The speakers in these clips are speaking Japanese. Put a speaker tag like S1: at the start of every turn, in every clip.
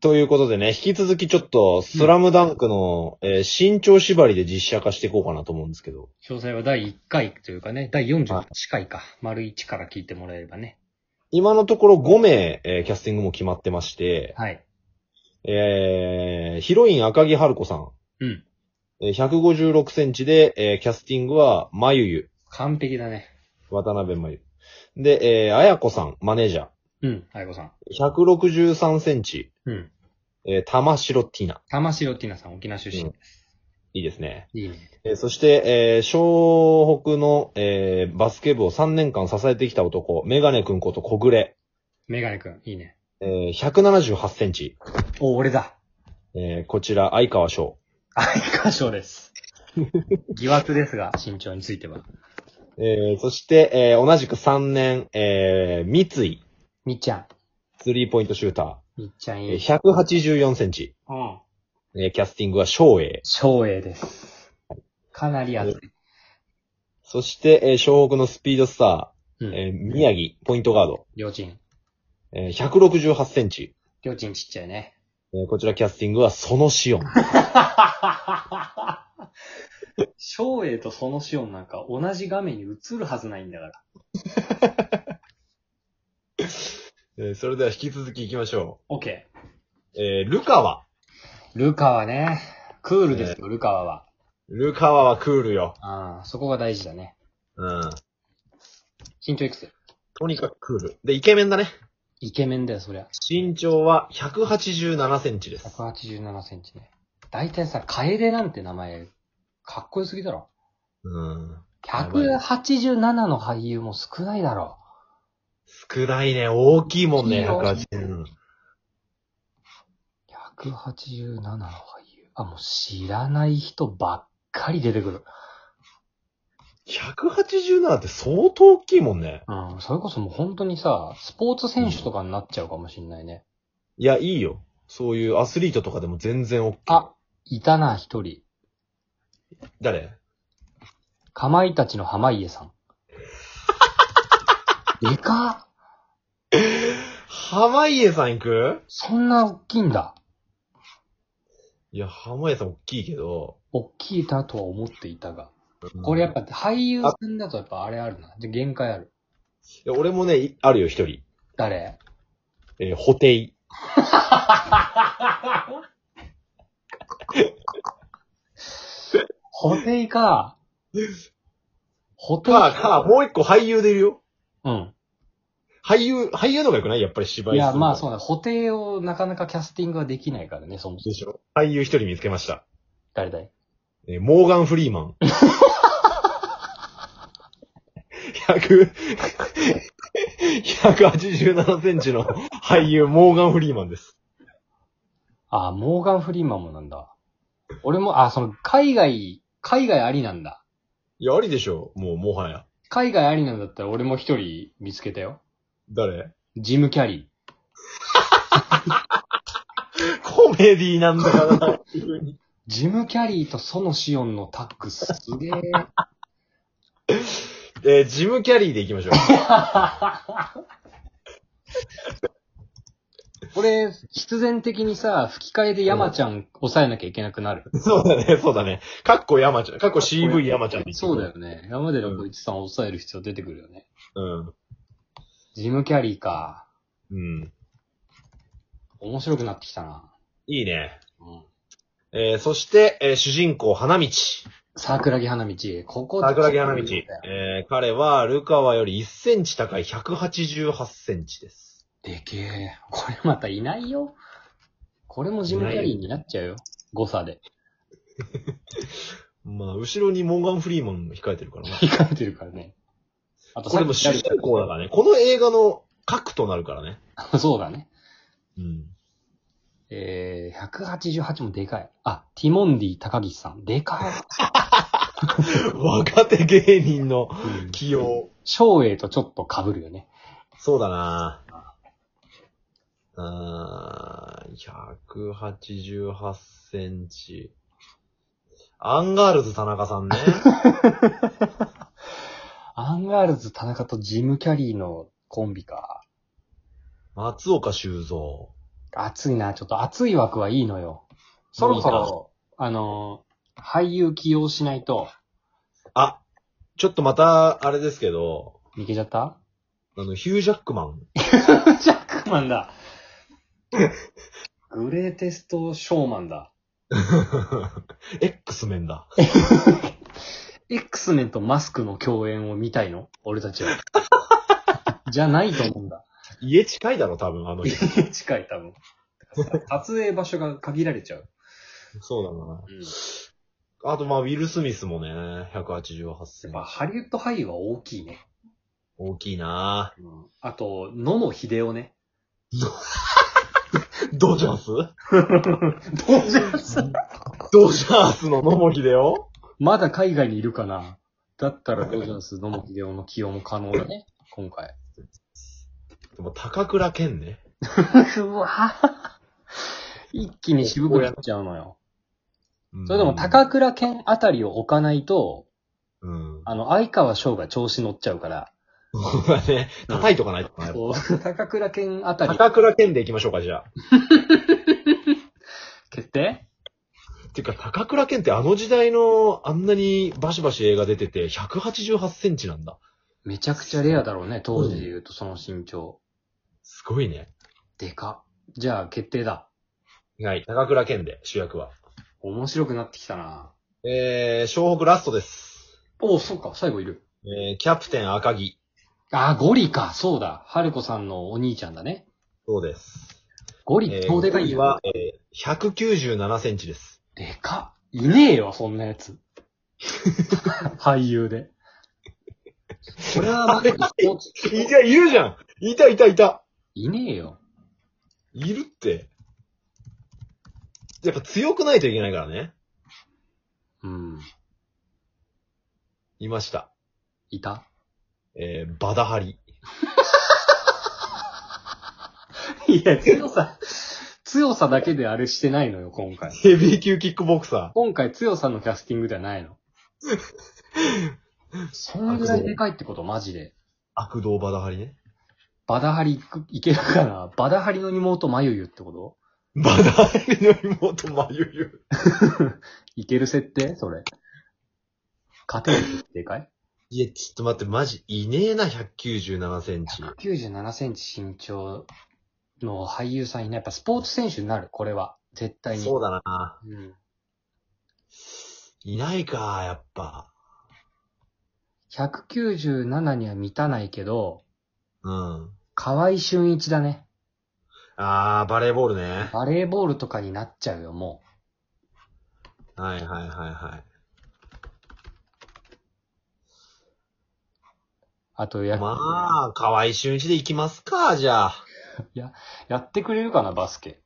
S1: ということでね、引き続きちょっと、スラムダンクの、えー身長縛りで実写化していこうかなと思うんですけど。
S2: 詳細は第1回というかね、第48回か、丸1から聞いてもらえればね。
S1: 今のところ5名、えーキャスティングも決まってまして、
S2: はい。
S1: えーヒロイン赤木春子さん。
S2: うん。
S1: えー156センチで、えーキャスティングは、まゆゆ、
S2: 完璧だね。
S1: 渡辺まゆ。で、えー、あやこさん、マネージャ
S2: うん。あいこさん。
S1: ー。163センチ、
S2: うん。
S1: えー、玉城ティナ。
S2: 玉城ティナさん、沖縄出身です。
S1: いいですね。
S2: いいね。
S1: えーそして、えー湘北の、えーバスケ部を3年間支えてきた男、メガネくんこと小暮、
S2: メガネくん、いいね。
S1: えー178センチ、
S2: お、俺だ。
S1: えーこちら、相川翔。
S2: 相川賞です。 疑惑ですが、身長については。
S1: えーそして、えー同じく3年、えー三井、
S2: みっちゃん。
S1: スリーポイントシュータ
S2: みっちゃん
S1: ー、
S2: い
S1: えー
S2: い。
S1: 184センチ、
S2: うん。
S1: えーキャスティングは翔英。
S2: 翔英です。かなり熱い。
S1: そして、えー湘北のスピードスタ
S2: う
S1: ー、
S2: ん。
S1: えー宮城、ポイントガード、
S2: りょうちん。
S1: えー168センチ、
S2: りょうちんちっちゃい ね。
S1: えーこちらキャスティングはそのしおん。
S2: 翔英とそのシオンなんか同じ画面に映るはずないんだから。
S1: えーそれでは引き続き行きましょ
S2: OK。
S1: う。えールカワ。
S2: ルカはね、クールですよ、ルカワは。
S1: ルカワはクールよ。
S2: ああ、そこが大事だね。
S1: うん。
S2: 身長いくつ
S1: とにかくクール。で、イケメンだね。
S2: イケメンだよ、そりゃ。
S1: 身長は187センチです。
S2: 187センチね。大体さ、カエデなんて名前、かっこよすぎだろ。
S1: うん。
S2: 187の俳優も少ないだろ。
S1: 少ないね。大きいもんね、
S2: 大きい
S1: 187。
S2: 187の俳優。あ、もう知らない人ばっかり出てくる。
S1: 187って相当大きいもんね。
S2: うん、それこそもう本当にさ、スポーツ選手とかになっちゃうかもしんないね。
S1: いや、いいよ。そういうアスリートとかでも全然大きい。
S2: あ、いたな、一人。
S1: 誰
S2: かまいたちの濱家さん。でかっ
S1: 濱家さん行く
S2: そんな大きいんだ。
S1: いや、濱家さん大きいけど。
S2: 大きいなとは思っていたが。
S1: うん
S2: これやっぱ俳優さんだとやっぱあれあるな。で限界ある。
S1: いや俺もね、いあるよ、一人。
S2: 誰
S1: えー、ホテイ。
S2: 補正か。補正
S1: か、か、もう一個俳優でいるよ。
S2: うん。
S1: 俳優、俳優の方が良くないやっぱり芝居
S2: い
S1: する
S2: や、まあ
S1: う。
S2: そうだ。補正をなかなかキャスティングはできないからね、そもそ
S1: で
S2: も。
S1: しょ俳優一人見つけました。
S2: 誰だい
S1: えーモーガン・フリーマン。100 187センチの俳優、モーガン・フリーマンです。
S2: あ、モーガン・フリーマンもなんだ。俺も、あ、その、海外、海外ありなんだ。
S1: いや、ありでしょもう、もはや。
S2: 海外ありなんだったら俺も一人見つけたよ。
S1: 誰
S2: ジム・キャリー。
S1: コメディなんだからな、急に
S2: ジム・キャリーとソノシオンのタッグすげえ。
S1: えージム・キャリーでいきましょう。
S2: 俺、必然的にさ、吹き替えで山ちゃん抑えなきゃいけなくなる。
S1: そうだね、そうだね。かっこ山ちゃん。かっこ CV 山ちゃんでいって
S2: そうだよね。山寺宏一さんを抑える必要出てくるよね。
S1: うん。
S2: ジム・キャリーか。
S1: うん。
S2: 面白くなってきたな。
S1: いいね。
S2: うん。
S1: えーそして、えー主人公、花道。
S2: 桜木花道。ここ
S1: 桜木花道。えー、彼は、ルカワより1センチ高い188センチです。
S2: でけえ。これまたいないよ。これもジム・キャリーになっちゃうよ。誤差で。
S1: まあ、後ろにモーガン・フリーマンも控えてるから な。
S2: 控えてるからね。あと
S1: これも主人公だからね。この映画の核となるからね。
S2: ら。 そうだね。
S1: うん。
S2: えー、188もでかい。あ、ティモンディ高岸さん。でか
S1: 若手芸人の
S2: い。うん
S1: 起用。
S2: 照英とちょっと被るよね。
S1: そうだなあー188センチ。アンガールズ田中さんね。
S2: アンガールズ田中とジム・キャリーのコンビか。
S1: 松岡修造。
S2: 熱いな、ちょっと熱い枠はいいのよ。そろそろ、あの、俳優起用しないと、
S1: あ、ちょっとまた、あれですけど、
S2: いけちゃった
S1: あの、ヒュージャックマン。
S2: ジャックマンだ。 グレーテストショーマンだ。
S1: X メンだ。
S2: X メンとマスクの共演を見たいの俺た ちは。じゃないと思うんだ。
S1: 家近いだろ、多分、あの人。
S2: 近い多分。撮影場所が限られちゃう。
S1: そうだな。あと、まあ、ウィル・スミスもね、188セ
S2: や
S1: ン
S2: っ
S1: チ
S2: ぱ。ハリウッド俳優は大きいね。
S1: 大きいな
S2: あと、野野秀 夫ね。
S1: ぁ。ドジャース
S2: どうじゃ
S1: ドジャースの野茂秀夫
S2: まだ海外にいるかなだったらドジャース、野茂秀夫の起用も可能だね。今回。
S1: でも、高倉健ね。
S2: うわ一気に渋くなっちゃうのよ。
S1: うん
S2: それでも高倉健あたりを置かないと、
S1: うん。
S2: あの、相川翔が調子乗っちゃうから、
S1: そうだね。叩いとかないとな。
S2: こう高倉健あたり
S1: 高倉健で行きましょうか、じゃあ。
S2: 決定
S1: ていうか、高倉健ってあの時代のあんなにバシバシ映画出てて、188センチなんだ。
S2: めちゃくちゃレアだろうね、当時で言うとその身長。
S1: すごいね。
S2: でかっ。じゃあ決定だ。
S1: はい、高倉健で、主役は。
S2: 面白くなってきたな
S1: えー、湘北ラストです。
S2: おお、そっか、最後いる。
S1: えー、キャプテン赤木。
S2: あー、ゴリか、そうだ。春子さんのお兄ちゃんだね。
S1: そうです。
S2: ゴリ、
S1: え
S2: 超でかい
S1: ー、
S2: よ
S1: は。、えー、197センチです。
S2: でかっ。いねえよ、そんなやつ。俳優で。これは、まさにスポーツ
S1: いや、いるじゃんいたいたいた
S2: いねえよ。
S1: いるって。やっぱ強くないといけないからね。
S2: うん。
S1: いました。
S2: いた
S1: えー、バダハリ。
S2: いや、強さ、強さだけであれしてないのよ、今回。
S1: ヘビー級キックボクサ
S2: 今回強さのキャスティングではない の。そんぐらいでかいってこと、マジで。
S1: ー。悪道バダハリね。
S2: バダハリいけるかな バダハリの妹、まゆゆってこと
S1: バダハリの妹、まゆゆ。
S2: いける設定それ。勝てる設定 かい
S1: いや、ちょっと待って、マジ、いねえな、197センチ。
S2: ?197 センチ身長の俳優さんいない。やっぱスポーツ選手になる、これは。絶対に。
S1: そう
S2: だ。
S1: だな。
S2: うん。
S1: いないか、やっぱ。
S2: 197には満たないけど、
S1: うん。
S2: 河合俊一だね。
S1: あー、バレーボールね。
S2: バレーボールとかになっちゃうよ、も
S1: はいはいはいは
S2: う。あとや、
S1: い。まあ、河合俊一で行きますか、じゃあ。
S2: やってくれるかな、バスケ。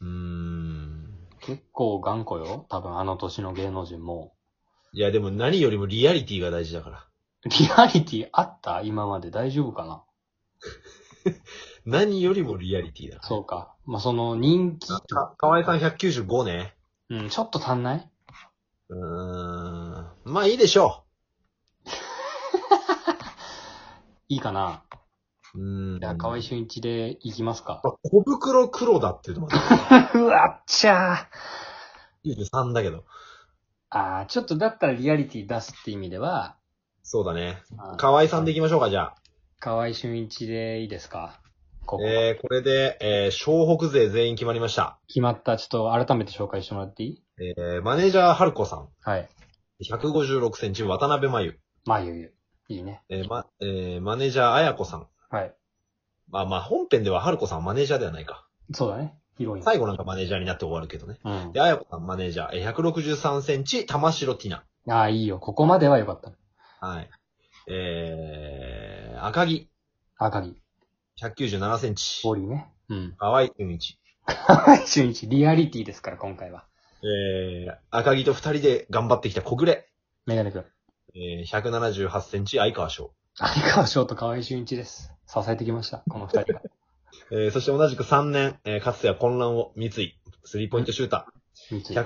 S1: うーん。
S2: 結構頑固よ。多分あの年の芸能人も。
S1: いや、でも何よりもリアリティが大事だから。
S2: リアリティあった今まで大丈夫かな
S1: 何よりもリアリティだから。
S2: そうか。まあ、その人気。
S1: か、河合さん195ね。
S2: うん、ちょっと足んないう
S1: ーん。まあいいでしょ
S2: いいかな
S1: う。うーん。
S2: じゃあ、河合俊一で行きますか。
S1: あ小袋黒だっていうのもあ
S2: うわっちゃ
S1: る93だけど。
S2: ー。あー、ちょっとだったらリアリティ出すって意味では、
S1: そうだね。
S2: あー
S1: 河合さんでいきましょうか、じゃあ。
S2: 河合俊一でいいですかここ、
S1: えー、これで、えー、湘北勢全員決まりました。
S2: 決まった。ちょっと改めて紹介してもらっていい
S1: えー、マネージャー春子さん。
S2: はい。
S1: 156センチ、渡辺真由。
S2: まあ、ゆゆ。いいね。
S1: えー、ま、えー、マネージャー綾子さん。
S2: はい。
S1: まあまあ、本編では春子さんはマネージャーではないか。
S2: そうだね。ヒロイン。
S1: 最後なんかマネージャーになって終わるけどね。
S2: うん。
S1: で、あやこさんマネージャー、えー163センチ、玉城ティナ。
S2: ああ、いいよ。ここまではよかった。
S1: はい。えー、赤木、
S2: 赤木。
S1: 197センチ。
S2: ボリーね。 うん。
S1: 河合俊一。
S2: 河合俊一、リアリティですから、今回は。
S1: えー、赤木と二人で頑張ってきた小暮。
S2: メガネ君。
S1: えー、178センチ、相川翔。
S2: 相川翔と河合俊一です。支えてきました、この二人が。
S1: えー、そして同じく3年、えー、かつては混乱を、三井、スリーポイントシュータ
S2: 三
S1: ー、
S2: 井。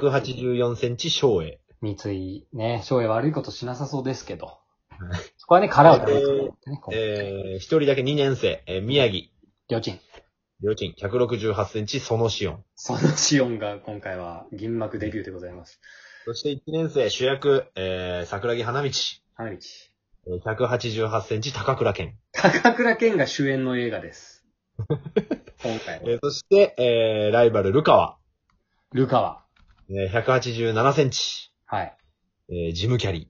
S1: 184センチ、翔英。
S2: 三井、ね、翔英悪いことしなさそうですけど
S1: うん。
S2: そこはね、殻を食べてね、こう
S1: えー、一人だけ2年生、えー、宮城。
S2: りょうちん。
S1: 料金168センチ、そのシオン。
S2: そのシオンが今回は銀幕デビューでございます。
S1: そして1年生主役、えー、桜木花道。
S2: 花道。
S1: えー188センチ、高倉健。
S2: 高倉健が主演の映画 です。今回
S1: えー
S2: は。
S1: そして、えー、ライバル、ルカワ。
S2: ルカは。
S1: えー、187センチ、
S2: はい。
S1: えー、ジムキャリ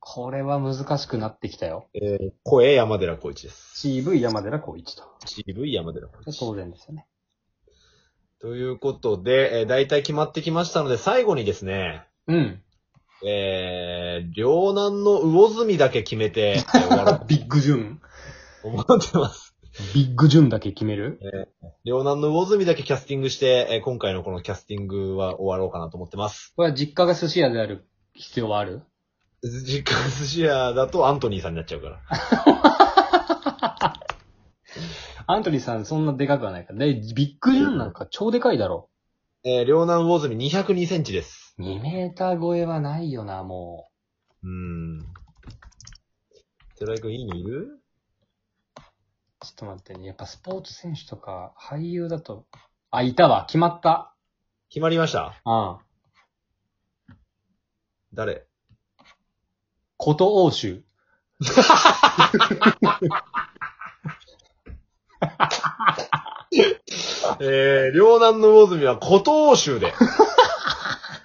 S2: これは難しくなってきたよ。
S1: ー。えー、声、山寺宏一です。
S2: CV 山寺宏一と。
S1: CV 山寺宏一。
S2: 当然ですよね。
S1: ということで、えー、大体決まってきましたので、最後にですね、
S2: うん。
S1: えー、両南の魚住だけ決めて、えー終わろう
S2: ビッグジュン。
S1: と思ってます。
S2: ビッグジュンだけ決める
S1: 両南の魚住だけキャスティングして、えー今回のこのキャスティングは終わろうかなと思ってます。
S2: これは実家が寿司屋である必要はある
S1: 実家寿司屋だとアントニーさんになっちゃうから。
S2: アントニーさんそんなでかくはないから。で、ビッグジュンなんか超でかいだろ。
S1: えー、両南魚住202センチです。
S2: 2メーター超えはないよな、も
S1: うーん。寺井くん、いいにいる
S2: う。ちょっと待ってね。やっぱスポーツ選手とか俳優だと。あ、いたわ。決まった。
S1: 決まりました
S2: うん。
S1: 誰
S2: こと欧州。
S1: えー、両南の魚住は古東州 で。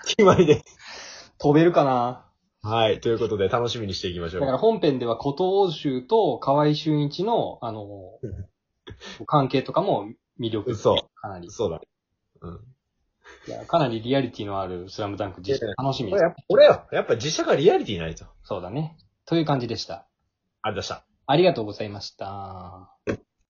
S1: 決まりです。
S2: 飛べるかな
S1: はい。ということで、楽しみにしていきましょ
S2: だ
S1: う。
S2: から本編ではこと欧州と河合俊一の、あの、関係とかも魅力。
S1: 嘘
S2: かなり。
S1: そうだ。うん。
S2: いや、かなりリアリティのあるスラムダンク実写楽しみ
S1: こ
S2: で
S1: れや。
S2: す
S1: っぱ、これよ。やっぱ実写がリアリティないと。
S2: そうだね。という感じでした。
S1: ありがとうございました。
S2: ありがとうございました。